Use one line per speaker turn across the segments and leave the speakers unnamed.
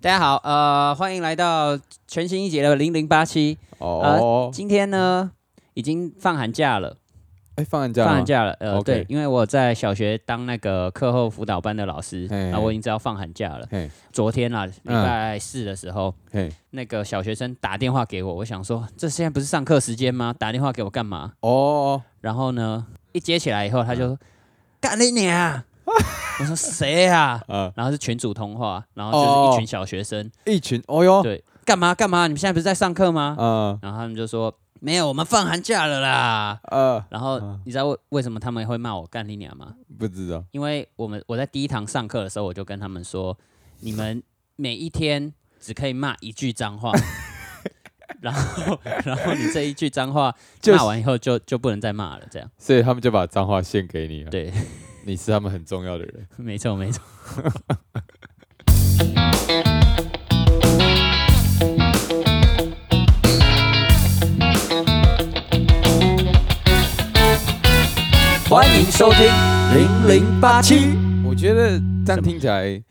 大家好，呃，欢迎来到全新一节的零零八七。
哦，
今天呢，已经放寒假了，
哎，放寒假，
放寒，假了。呃
OK
对，因为我在小学当那个课后辅导班的老师，
嘿嗯
啊，我已经知道放寒假了。
嘿，
昨天啦，礼拜四的时候，
嘿，
那个小学生打电话给我，我想说，这现在不是上课时间吗？打电话给我干嘛？
哦，
然后呢，一接起来以后，他
嗯
就说：“干你 娘！”我说：“谁呀、
呃，
然后是群主通话，然后就是一群
哦
小学生，
一群，哦哟，
对，干嘛干嘛？你们现在不是在上课吗？
嗯，
然后他们就说：“没有，我们放寒假了啦。”
呃，
然后
嗯
你知道为为什么他们会骂我干你娘吗？
不知道，
因为我们我在第一堂上课的时候，我就跟他们说：“你们每一天只可以骂一句脏 话。”然后，然后你这一句脏话
就是
骂完以后就，就不能再骂了，这样
所以他们就把脏话献给你了。
对。
你是他们很重要的人。
没错，没错。欢迎收听零零八七。
我觉得这样听起来，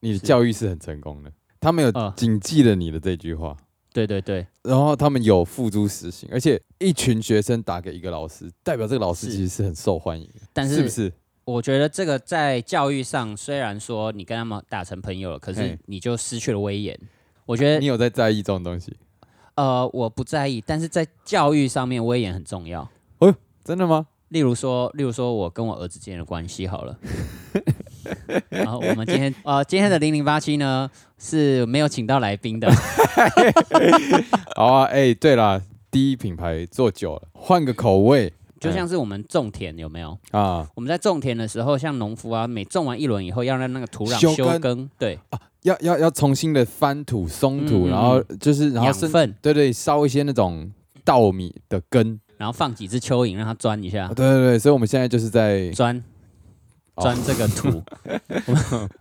你的教育是很成功的。他们有
嗯
谨记了你的这句话，
对对对，
然后他们有付诸实行，而且一群学生打给一个老师，代表这个老师
是
其实是很受欢迎的，
但
是不
是
是？
我觉得这个在教育上，虽然说你跟他们打成朋友了，可是
嘿
你就失去了威严。我觉
你
得
有在在意这种东西？
呃，我不在意，但是在教育上面威严很重要。
真的吗？
例如说，例如说我跟我儿子之间的关系好 了。然后我们今天呃，今天的零零八七呢是没有请到来宾的，
好啊，哎，对啦，第一品牌做久了，换个口味
就像是我们种田有没有？
啊。
我们在种田的时候，像农夫啊，每种完一轮以后，要让那个土壤
修
修
根
根，对，
要要要重新的翻土、松土，
嗯嗯
然后就是然后
养
甚
分，
对对，烧一些那种稻米的根，
然后放几只蚯蚓让它钻一下
对，对对，所以我们现在就 是在
钻
哦
钻这个 土，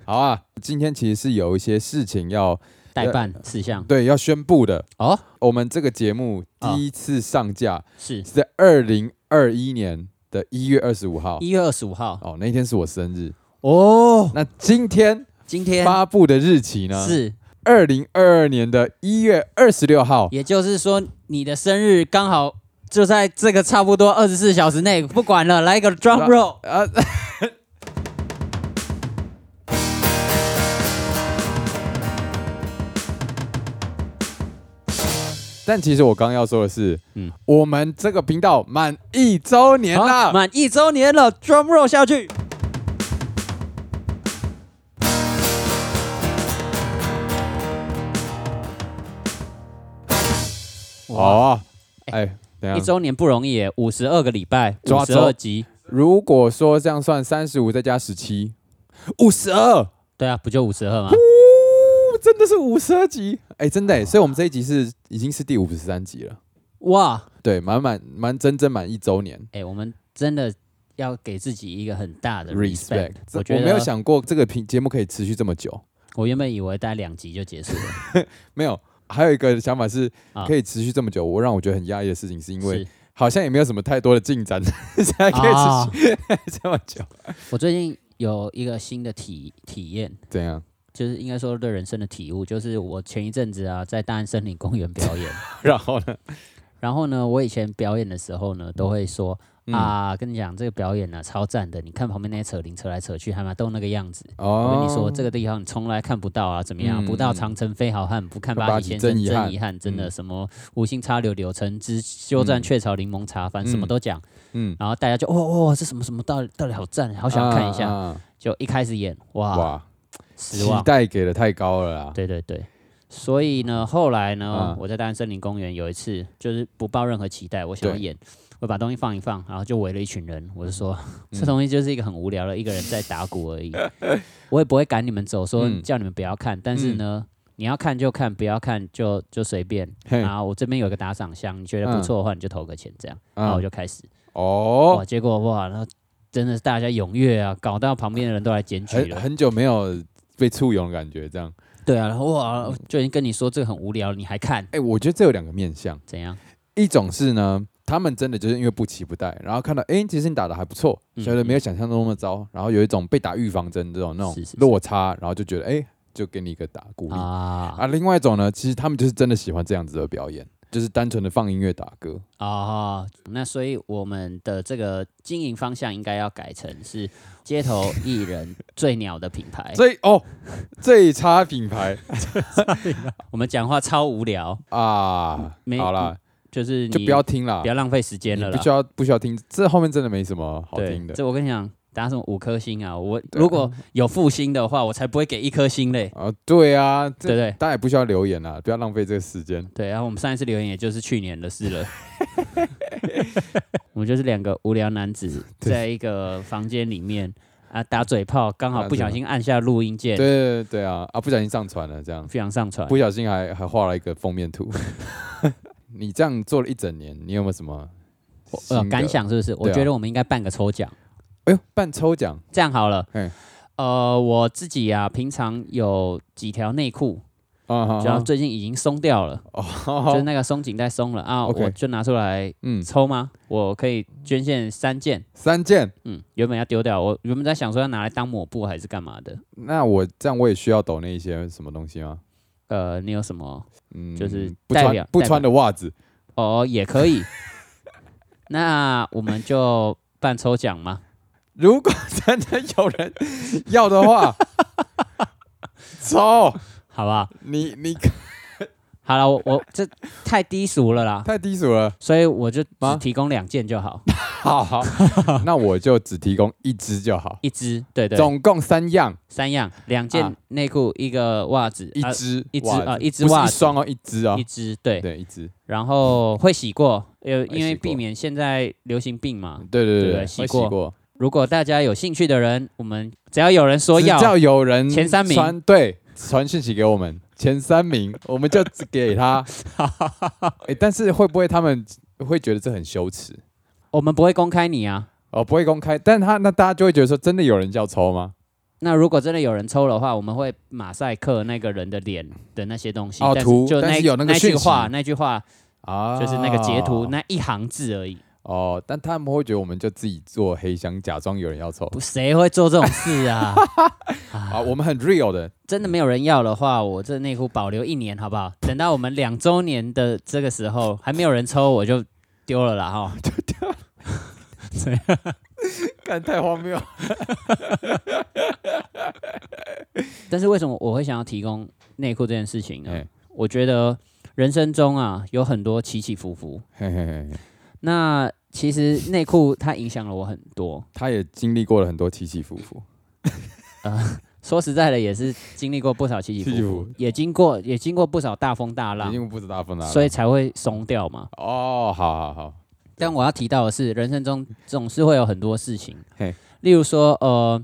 好啊，今天其实是有一些事情要
代办事项
对要宣布的。
哦，
我们这个节目
啊
第一次上架
是
是在二零二一年的一月二十五号，
一月二十五号
哦，那天是我生日。
哦，
那今天
今天
发布的日期呢？
是，
二零二二年的一月二十六号。
也就是说，你的生日刚好就在这个差不多二十四小时内。不管了，来一个 drum roll。
啊，但其实我刚要说的是，
嗯
嗯，我们这个频道满一周年
好
啦！
啊满一周年了，drum roll 下去。哇，
哦，
哎
哎，等
一
一下，
周年不容易耶，五十二个礼拜，五
抓
十二集，
如果说这样算，三十五再加十七，五十二，
对啊，不就五十二吗？
呜，真的是五十二集，哎，真的耶，所以我们这一集是已经是第五十三集了，
哇，
对，满满满整整满一周年。
哎，我们真的要给自己一个很大的 respect
respect。。
我
我
觉得
没有，想过这个频节目可以持续这么久，
我原本以为待两集就结束了，
没有。还有一个想法是
啊，
可以持续这么久，我让我觉得很压抑的事情，是因 为
是
好像也没有什么太多的进展， 才可以持续这么久。
啊我最近有一个新的体体验。
怎样？
就是应该说对人生的体悟，就是我前一阵子啊，在大安森林公园表演，
然后呢？
然后呢，我以前表演的时候
嗯
呢，都会说
啊，
啊，跟你讲这个表演呢、啊、超赞的，你看旁边那些扯铃扯来扯去，还蛮都那个样子。我
哦
跟你说，这个地方你从来看不到啊，怎么样？
嗯
不到长城非好汉，不看八
八
旗
旗
先
真
生
遗
真
憾
遗憾，真的
嗯
什么五星插柳柳橙汁，鸠占
嗯
鹊巢柠檬茶，反正什么
嗯
都讲。
嗯，
然后大家就哦哦，这什么什么道理道理好赞，好想看一下。
啊
就一开始演，
啊
哇，
哇，
失
期
望。
待给的太高了啦。
对对对，所以呢，后来呢，
嗯
我在大安森林公园有一次，就是不抱任何期待，我想要
对
演，我把东西放一放，然后就围了一群人，我就说，
嗯
这东西就是一个很无聊的一个人在打鼓 而已，我也不会赶你们走，说
嗯
叫你们不要看，但是呢。你要看就看，不要看就就随便。
嘿
然后我这边有一个打赏箱，你觉得不错的话，你就投个钱这样。然后我
嗯，
就开始，哇，
哦，
结果哇，然后真的是大家踊跃啊，搞到旁边的人都来检举
很
了。
很久没有被簇拥的感觉，这样。
对啊，然后哇，就已经跟你说这个很无聊，你还看
哎，我觉得这有两个面向。
怎样？
一种是呢，他们真的就是因为不期不待，然后看到哎、诶其实你打的还不错，
嗯
觉得没有想象中那么糟，然后有一种被打预防针这种那种
是是是
落差，然后就觉得哎、诶就给你一个打鼓励啊
啊
另外一种呢，其实他们就是真的喜欢这样子的表演，就是单纯的放音乐打歌。
哦，那所以我们的这个经营方向应该要改成是街头艺人最鸟的品 牌。
最哦，最差品牌
我们讲话超无聊，
啊，
没
好啦，
就是你
就不要听啦，
不要浪费时间了
你
啦
不需。要不需要听，这后面真的没什么好
对
听，的
这我跟你讲，打什么五颗星啊？我
对啊
如果有复兴的话，我才不会给一颗星嘞。
啊。对啊，这
对不对
大家也不需要留言啦，不要浪费这个时间。
对，然后我们上一次留言也就是去年的 事了。我们就是两个无聊男子，
对
在一个房间里面啊打嘴炮，刚好不小心按下录音键，
对对对啊啊，不小心上传了这样，
不想上传。
不小心还还画了一个封面图。 你这样做了一整年，你有没有什么
我
心
呃，
得
感？想是不是？我
对啊
觉得我们应该办个抽奖，
哎呦，办抽奖
这样好了
嘿。
呃，我自己啊，平常有几条内裤，
啊！好
然后
好
最近已经松掉了，
哦，
就
好
是那个松紧带松了啊，
OK
我就拿出来
嗯，
抽吗？我可以捐献三件，
三件。
嗯，原本要丢掉，我原本在想说要拿来当抹布还是干嘛的。
那我这样我也需要抖那一些什么东西吗？
呃，你有什么？
嗯，
就是
不
代
穿
表
不
代
穿的袜子
哦，也可 以。那我们就办抽奖嘛。
如果真的有人要的话，抽
好不好？
你你
好了，我我这太低俗了啦，
太低俗了。
所以我就只
吗
提供两件就 好，
好 好，那我就只提供一只就好，
一只，对啊对，
总共三样，
三样，两件
啊
内裤，一个袜子，
一
啊
只
一只
袜
啊
子
一只
不是
袜
一
子
双哦，一只哦
一，只，对，
对，一只，
然后会洗过，呃，因为
洗过
避免现在流行病嘛。
对对
对
对
对
对，
洗
会
过
过，
如果大家有兴趣的人，我们只要有人说
只要
要，
有人
前三名
传对传讯息给我们前三 名，我们就只给他。哎，但是会不会他们会觉得这很羞耻？
我们不会公开你啊。
哦，不会公开，但他那大家就会觉得说，真的有人要抽吗？
那如果真的有人抽的话，我们会马赛克那个人的脸的那些东西，
哦
但
图
是就
但
那
是有那个
那句
讯息
话，那句话
啊，
就是那个截图、那一行字而已。
哦，但他们会觉得我们就自己做黑箱，假装有人要抽
不，谁会做这种事 啊？
啊，我们很 real 的，
真的没有人要的话，我这内裤保留一年好不好？等到我们两周年的这个时候，还没有人抽，我就丢了啦哈。
干太荒 谬。
但是为什么我会想要提供内裤这件事情呢？
哎
我觉得人生中啊有很多起起伏伏，
嘿嘿嘿，
那其实内裤它影响了我很多。
他也经历过了很多起起伏伏，
说实在的，也是经历过不少起起伏
起起
伏
伏，
也经过也经过不少大风大
已
浪，
经不止大风大浪。
所以才会松掉嘛。
哦，好好好，
但我要提到的是，人生中总是会有很多事情
嘿，
例如说，呃，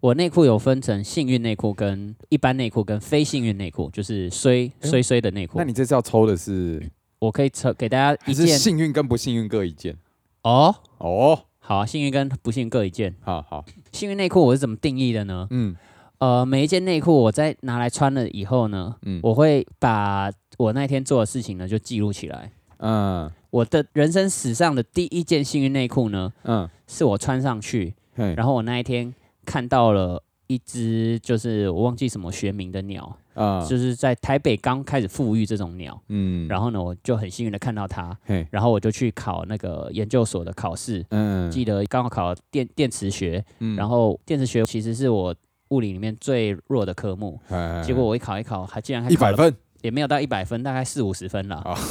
我内裤有分成幸运内裤、跟一般内裤、跟非幸运内裤，就是衰
哎呦
衰衰的内裤
那。你这次要抽的是
我可以抽给大家
还
一
是
件
幸运跟不幸运各一件？
哦，
哦，
好、啊，幸运跟不幸运各一件。
好好，
幸运内裤我是怎么定义的呢？
嗯
呃，每一件内裤我在拿来穿了以后呢，
嗯
我会把我那天做的事情呢就记录起来。
嗯
我的人生史上的第一件幸运内裤呢，
嗯，
是我穿上去，
嘿，
然后我那一天看到了一只，就是我忘记什么学名的鸟，
啊，
就是在台北刚开始富裕这种鸟。
嗯，
然
后
后呢，我就很幸运的看到它，
嘿，
然后我就去考那个研究所的考试，
嗯，
记得刚好考电电磁学，
嗯
然后电磁学其实是我物理里面最弱的科目，
嘿
结果我一考一考，还竟然还
嗯一
考
百
了，
分
也没有到一百分，大概四五十分啦。
啊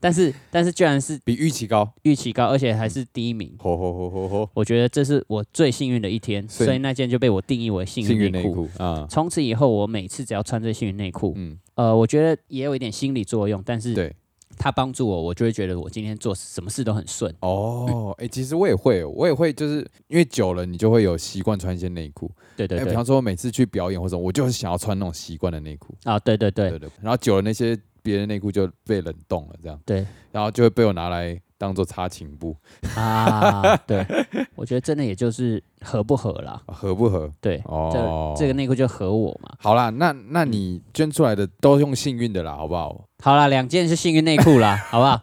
但是但是居然是
比预期高，
预期高，而且还是第一名。
吼吼吼吼吼，
我觉得这是我最幸运的一天，
所以
所以那件就被我定义为幸
幸
运
运
内
内
裤。
裤啊，
从此以后，我每次只要穿这幸运内裤，
嗯，
呃，我觉得也有一点心理作用，但是
对。
它帮助我，我就会觉得我今天做什么事都很顺。
哦，哎、其实我也会，我也会，就是因为久了，你就会有习惯穿一些内裤。
对对
哎、比
对，
方说每次去表演或者我就是想要穿那种习惯的内裤，
啊，对对
对
对，
对。然后久了那些别人内裤就被冷冻了，这样，
对
然后就会被我拿来当做擦寝布，
啊，对，我觉得真的也就是合不合啦，
啊合不合？
对，
哦
这，这个内裤就合我嘛。
好啦，那
嗯
那你捐出来的都用幸运的啦，好不好？
好啦，两件是幸运内裤 啦，好不好？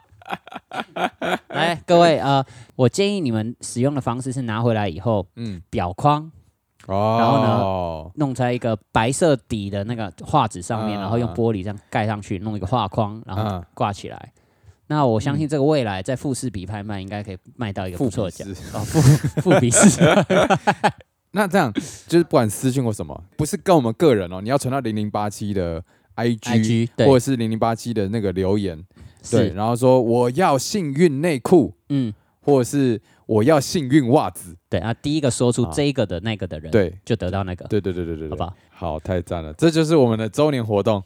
来，各位啊、呃我建议你们使用的方式是拿回来以后
嗯，
表框
哦，
然后
呢？
弄在一个白色底的那个画纸上面，
嗯
然后用玻璃这样盖上去，弄一个画框，然后
嗯
挂起来。那我相信这个未来在富士比拍卖应该可以卖到一个不错的价
富比
哦，富 富比 士，
那这样 就是不管私讯或什么，不是跟我们个人哦，你要传到零零八七的 IG,
IG
或者
对
是零零八七的那个留言，对，
是
然后说我要幸运内裤，
嗯
或者是我要幸运袜子，
对啊，第一个说出
好
这个的那个的人，，
对，
就得到那个，
对对对对对对，
好吧？
好，太赞了，这就是我们的周年活动，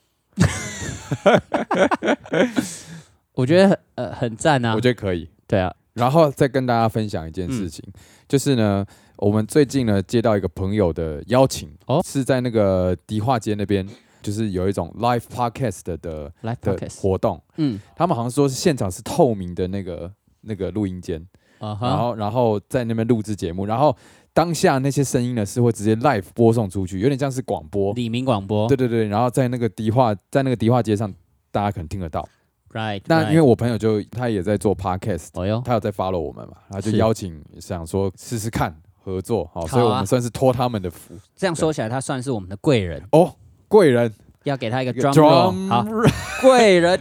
我觉得呃很赞啊
我，觉得可以。
对啊，
然后再跟大家分享一件
嗯
事情，就是呢，我们最近呢接到一个朋友的邀请，
哦
是在那个迪化街那边，就是有一种 live podcast 的的
Live
的
Podcast，
活动，
嗯，
他们好像说是现场是透明的那个那个录音间，
啊
然
哈，
后然后在那边录制节目，然后当下那些声音呢是会直接 live 播送出去，有点像是广播，
李明广播，
对对对，然后在那个迪化在那个迪化街上，大家可能听得到。
，right，
那因为
right
我朋友就他也在做 podcast，
哦哟，
他有在 follow 我们嘛，他就是邀请想说试试看合作，
好
好，
啊
所以我们算是托他们的福
这样说起来，他算是我们的贵人，
哦，贵人
要给他一个
一个
drum roll，好，
roll
贵人。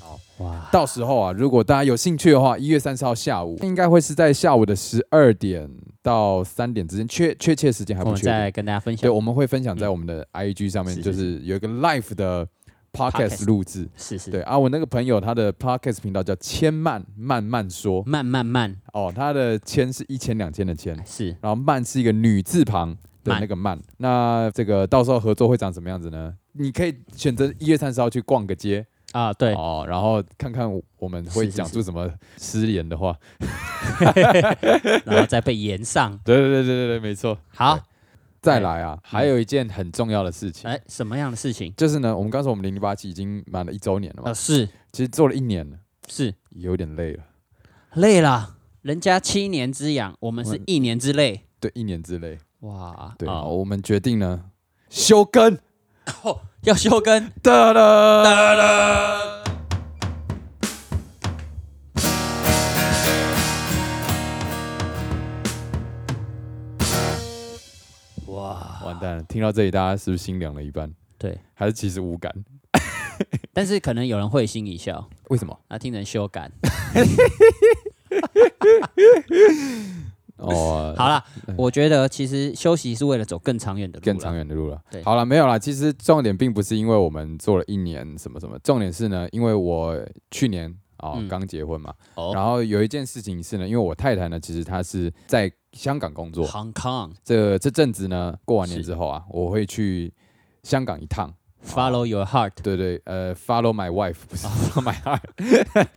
好哇，
到时候啊，如果大家有兴趣的话，一月三十号下午应该会是在下午的十二点到三点之间，确确切时间还
我
不
们
确定
再。跟大家分
对，
享。
我们会分享在我们的 IG 上面，
是是
就是有一个 live 的 podcast
Podcast
录制。
是是，
对啊，我那个朋友他的 podcast 频道叫千慢慢慢说
慢慢慢，
哦，他的千是一千两千的千，
是
然后慢是一个女字旁的那个慢。那这个到时候合作会长什么样子呢？你可以选择一月三十号去逛个街
啊，对，
哦，然后看看我们
是
会
是
讲
是
出什么失言的话。
然后再被延上。
对对对对对，没错。
好
对，再来啊，还有一件很重要的事情，
哎，什么样的事情？
就是呢，我们刚说我们零零八七已经满了一周年了嘛
呃，，是
其实做了一年了，
是，
有点累了。
累了，人家七年之痒，我们
我
是
们
一年之累。
对，一年之累。
哇，
对，
啊
好我们决定呢，休更。
要休更，
哒哒
哇，
完蛋了，听到这里，大家是不是心凉了一半？
对，
还是其实无感？
但是可能有人会心一笑，
为什么？
啊，听成修改。
哦，
好了，我觉得其实休息是为了走更长远的路，
更长。远的路了。
对
好了，没有啦。其实重点并不是因为我们做了一年什么什么，重点是呢，因为我去年哦
嗯
刚、结婚嘛，
哦
然后有一件事情是呢，因为我太太呢，其实她是在香港工作，
，Hong Kong
这这阵子呢，过完年
是
之后啊，我会去香港一趟。
Follow Your Heart，
对对，呃，follow my wife 不
哦
是 follow my heart，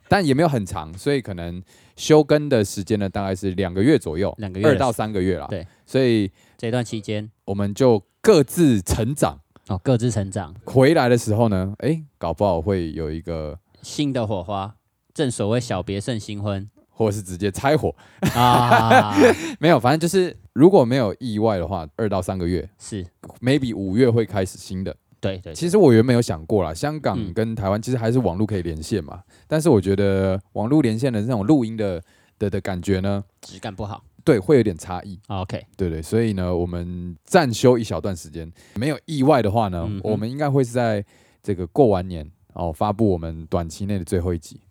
但 也没有很长，所以可能休更的时间呢，大概是两个月左右，
两个月
二到三个月啦。
对，
所以
这段期间
我们就各自成长。
哦，各自成长，
回来的时候呢，哎，搞不好会有一个，
新的火花。正所谓小别胜新 婚
或者是直接拆伙，
啊，
没有，反正就是如果没有意外的话，二到三个月
是
，maybe 五月会开始新的。
对对，
其实我原本有想过啦，香港
嗯
跟台湾其实还是网络可以连线嘛，但是我觉得网络连线的那种录音的的的感觉呢，
质感不好。
对，会有点差异。
OK，
对对，所以呢，我们暂休一小段时间，没有意外的话呢，
嗯哼
我们应该会是在这个过完年哦发布我们短期内的最后一集，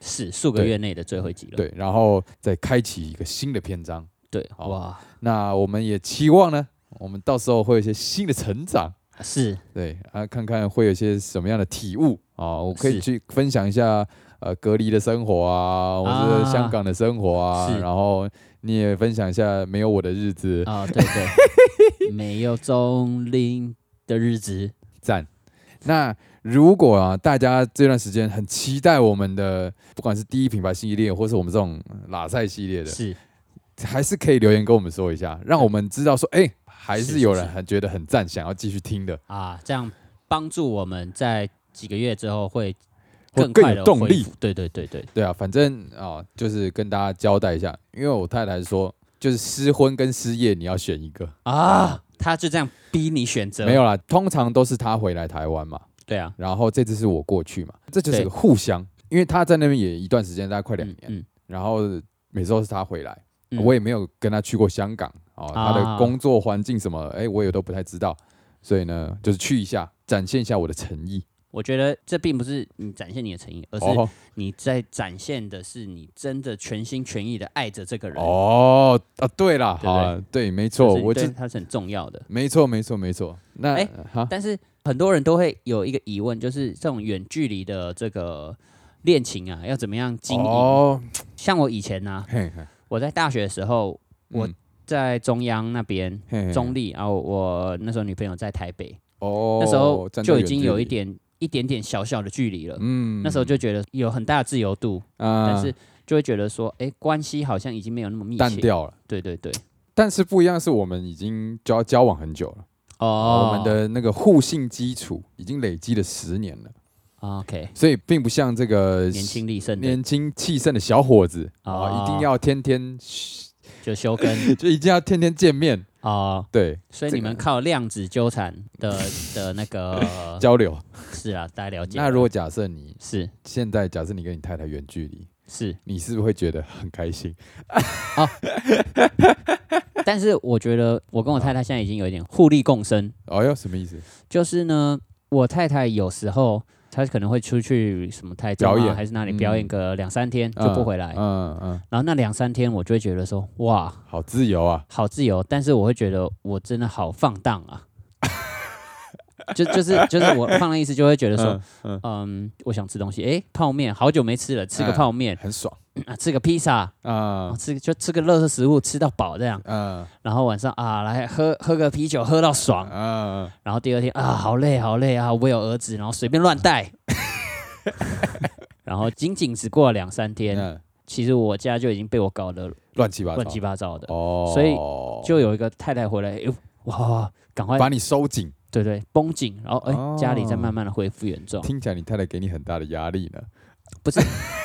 是数个
对
月内的最后一集了。
对，然后再开启一个新的篇章。
对，
好
哇，
那我们也期望呢，我们到时候会有一些新的成长，
是
对啊，看看会有一些什么样的体悟啊，我可以
是
去分享一下。呃，隔离的生活啊，我是
啊
香港的生活啊，
是
然后你也分享一下没有我的日子，
啊、对对， 没有钟灵的日子，
赞。那如果啊，大家这段时间很期待我们的，不管是第一品牌系列，或是我们这种拉赛系列的，
是
还是可以留言跟我们说一下，让我们知道说，哎、还
是
是
是
有人
是
很觉得很赞，想要继续听的，
啊，这样帮助我们在几个月之后会
会
更快
更有
的
动力。
对对对对，
对啊，反正啊、就是跟大家交代一下，因为我太太说，就是失婚跟失业你要选一个，
啊啊，他就这样逼你选择，
没有啦，通常都是她回来台湾嘛，
对啊，
然后这次是我过去嘛，这就是
对
个互相，因为他在那边也一段时间，大概快两
嗯
年，
嗯
然后每次都是他回来，
嗯
我也没有跟他去过香港哦，他
啊
的工作环境什么，哎，我也都不太知道，所以呢，就是去一下，展现一下我的诚意。
我觉得这并不是你展现你的诚意，而是
哦
你在展现的是你真的全心全意的爱着这个人。
哦啊，对了，
对不对
好啊，对，没
就
错，
是
我
对
这
他是很重要的。
没错，没错，没错。那
哎
哈，
但是很多人都会有一个疑问，就是这种远距离的这个恋情啊，要怎么样经营？
哦，
像我以前呢、
嘿嘿，
我在大学的时候，我
嗯
在中央那边、
嘿嘿
中立，然后我那时候女朋友在台北，
哦，
那时候
站在
就已
远
经
距
有一
离，
点一点点小小的距离了。
嗯
那时候就觉得有很大的自由度，
啊
但是就会觉得说，哎、关系好像已经没有那么密
淡
切。
掉了。
对对对，
但是不一样，是我们已经交交往很久了，
哦，
我们的那个互信基础已经累积了十年了，
OK，
所以并不像这个
年轻力盛的
年轻气盛的小伙子啊、
哦
一定要天天
就休 耕
就一定要天天见面，
哦，
对，
所以
这
你们
个
靠量子纠缠的的那个
交流。
是啊，大家了解了。
那如果假设你
是
现在假设你跟你太太远距离，
是，
你是不是会觉得很开心？
但是我觉得我跟我太太现在已经有一点互利共生，
哦哟，什么意思？
就是呢，我太太有时候她可能会出去什么台中啊
表演
还是哪里表演
嗯
个两三天就不回来，
嗯嗯，
然后那两三天我就会觉得说哇
好自由啊！
好自由，但是我会觉得我真的好放荡 啊，就就是就是我放的意思就会觉得说。
嗯
嗯，我想吃东西，诶，泡面好久没吃了，吃个
嗯
泡面、
很爽
啊，吃个披萨，
啊
啊，吃就吃个热色食物，吃到饱这样，
啊
然后晚上啊来喝喝个啤酒，喝到爽，
啊！
然后第二天啊好累好累啊，我有儿子，然后随便乱 带，然后仅仅只过了两三天，
嗯
其实我家就已经被我搞得
乱七八糟，
乱七八糟的，
哦，
所以就有一个太太回来，哎呦哇，赶快
把你收紧。
对对绷紧，然后哎、
哦
家里再慢慢的恢复原状，
听起来你太太给你很大的压力呢。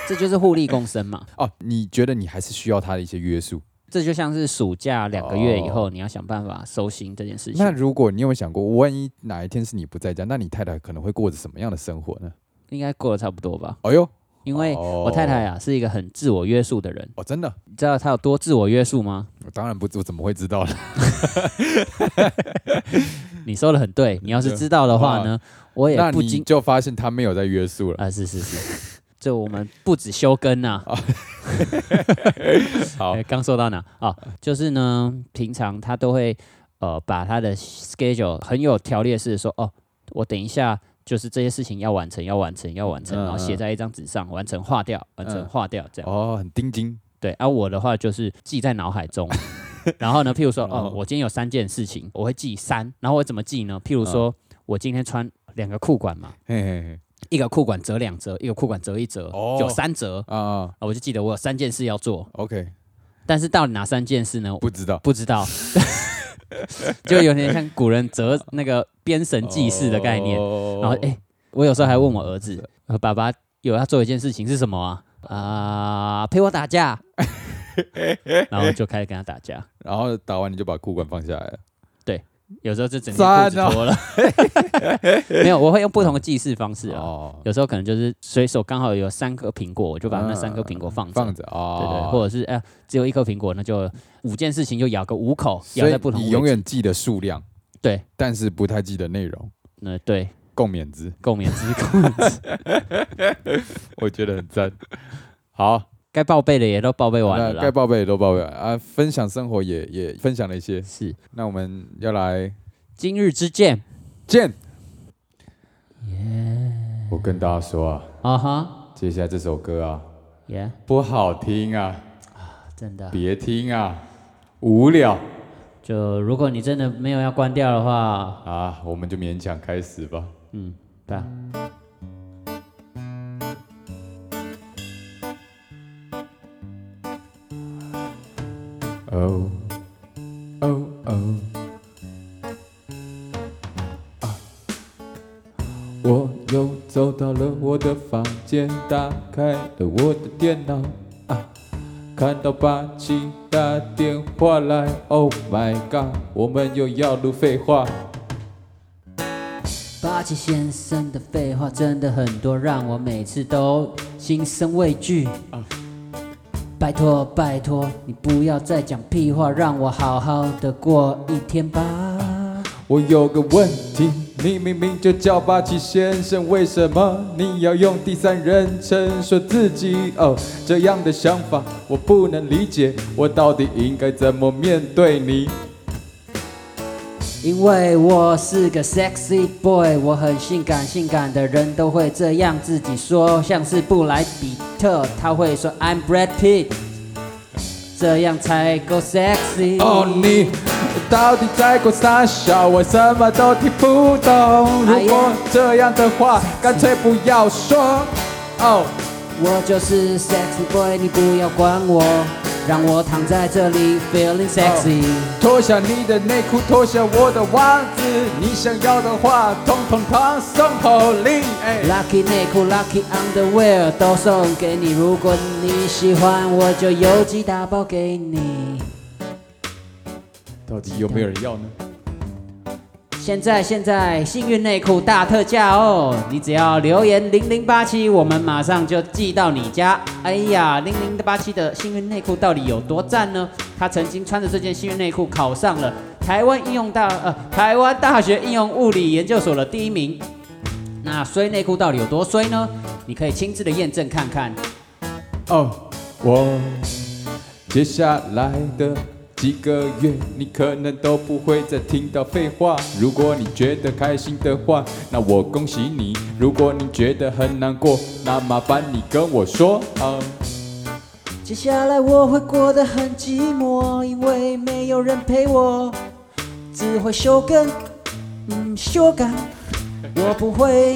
这就是互利共生 嘛。
哦，你觉得你还是需要她的一些约束？
这就像是暑假两个月以后，你要想办法收心这件事
哦那
情。
如果你有没有想过，万一哪一天是你不在家，那你太太可能会过着什么样的生活呢？
应该过得差不多吧？
哎呦，
因为
哦
我太太啊是一个很自我约束的人，
哦，真的，
你知道她有多自我约束吗？
我当然不知，我怎么会知道呢？
你说的很对，你要是知道的话呢，我也
那
不
你
禁
就发现她没有在约束了。
啊，是是是，这我们不止休耕呐、
哦
啊。
好
哎，刚说到哪啊？就是呢，平常她都会呃把她的 schedule 很有条列式地说，哦，我等一下。就是这些事情要完成，要完成，要完成，
嗯
然后写
嗯
在一张纸上，完成划掉，完成
嗯
划掉，这样。
哦，很盯紧
对，而、我的话就是记在脑海中。然后呢，譬如说，哦
哦，
我今天有三件事情，我会记三。然后我怎么记呢？譬如说，我今天穿两个裤管嘛，
嘿嘿嘿，
一个裤管折两折，一个裤管折一折，
哦
有三折。
啊、啊
啊，我就记得我有三件事要做，
o k
但是到底哪三件事呢？
不知道。
不知道， 就有点像古人折那个编绳记事的概念。
哦
然后，哎、我有时候还问我儿子，呃爸爸有要做一件事情是什么啊？啊、陪我打架。 然后就开始跟他打架。
然后打完你就把裤管放下来了。
有时候就整件裤子脱 了。没有，我会用不同的记事方式啊。
哦，
有时候可能就是随手刚好有三颗苹果，我就把那三颗苹果放着。
放着
对
啊，
对，或者是哎、只有一颗苹果，那就五件事情就咬个五口，咬
所以
在不同位
你
置。
永远记得数量，
对，
但是不太记得内容。
呃对，
共勉之，
共勉之，共勉之。
我觉得很赞。 好，
该报备的也都报备完了
那该
啦。
报备也都报备完啊，分享生活也也分享了一些。
是，
那我们要来
今日之见
见。我跟大家说啊，
啊哈
接下来这首歌啊
耶
不好听啊，
真的。
别听啊，无聊
就如果你真的没有要关掉的话，
啊，我们就勉强开始吧。
嗯，对啊。
哦哦哦！啊我又走到了我的房间，打开了我的电脑啊，看到八七打电话来，Oh my god，我们又要录废话。
八八戒先生的废话真的很多，让我每次都心生畏惧。拜托拜托，你不要再讲屁话，让我好好的过一天吧。
我有个问题，你明明就叫八旗先生，为什么你要用第三人称说自己？哦，这样的想法我不能理解，我到底应该怎么面对你？
因为我是个 sexy boy，我很性感，性感的人都会这样自己说，像是布莱比特，他会说 I'm Brad Pitt，这样才够 sexy。
哦，你到底在搞啥笑？我什么都听不懂。
哎呀
如果这样的话，干脆不要说。哦，
我就是 sexy boy，你不要管我，让我躺在这里 feeling sexy。
脱下你的内裤，脱下我的袜子，你想要的话，统统唐送口令。哎。
Lucky 内裤，Lucky underwear 都送给你，如果你喜欢，我就邮寄打包给你。
到底有没有人要呢？
现在现在幸运内裤大特价哦！你只要留言零零八七，我们马上就寄到你家。哎呀，零零八七的幸运内裤到底有多赞呢？他曾经穿着这件幸运内裤考上了台湾应用大呃台湾大学应用物理研究所的第一名。那衰内裤到底有多衰呢？你可以亲自的验证看看。
哦，我接下来的几个月，你可能都不会再听到废话。如果你觉得开心的话，那我恭喜你；如果你觉得很难过，那麻烦你跟我说。啊、
接下来我会过得很寂寞，因为没有人陪我，只会修更，嗯，修改。我不会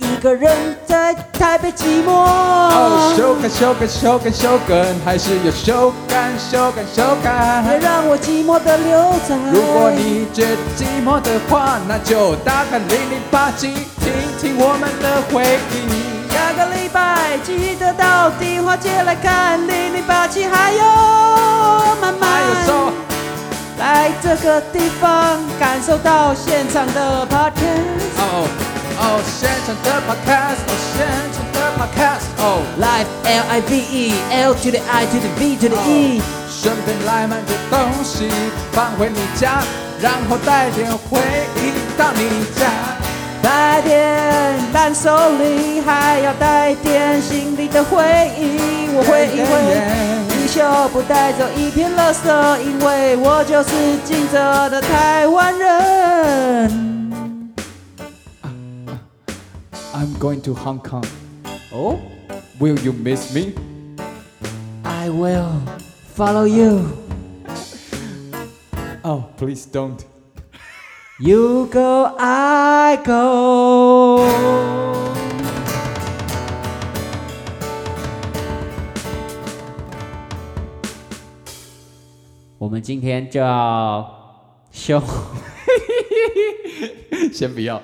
一个人在台北寂寞。
哦，修改修改修改修改，还是要修改修改修
别
改。
让我寂寞的留在。
如果你觉得寂寞的话，那就打开零零八七，听听我们的回忆。
下个礼拜记得到迪化街来看零零八七，还有慢
还有
慢
说。
来这个地方感受到现场的 party。
哦哦，现场的 podcast，哦，现场的 podcast，哦，
Life L I V E L to the I to the V to
oh.
the
Mm.
E，、
顺便来买点东西放回你家，然后带点回忆到你家。
带点伴手礼，还要带点心里的回忆。我会因为你袖不带走一片垃圾，因为我就是尽责的台湾人。
I'm going to Hong Kong. Oh,
哦、
Will you miss me?
i will follow you。
Oh, please don't.
You go, I go。
我们今天就要修。
先不要。